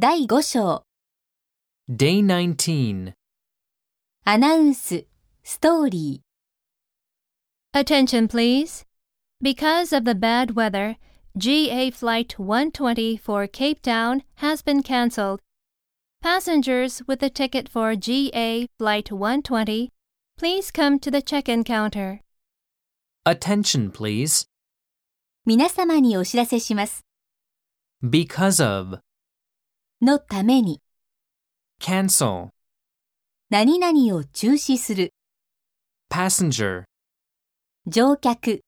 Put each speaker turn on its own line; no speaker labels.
第5章、
Day 19.
アナウンス、ストーリ
Attention, please. Because of the bad weather, GA Flight 120 for Cape Town has been cancelled. Passengers with a ticket for GA Flight 120, please come to the check in counter.
Attention, please.
ー。皆様にお知らせします。
Because of.
のために、
Cancel.
何々を中止する、
Passenger.
乗客、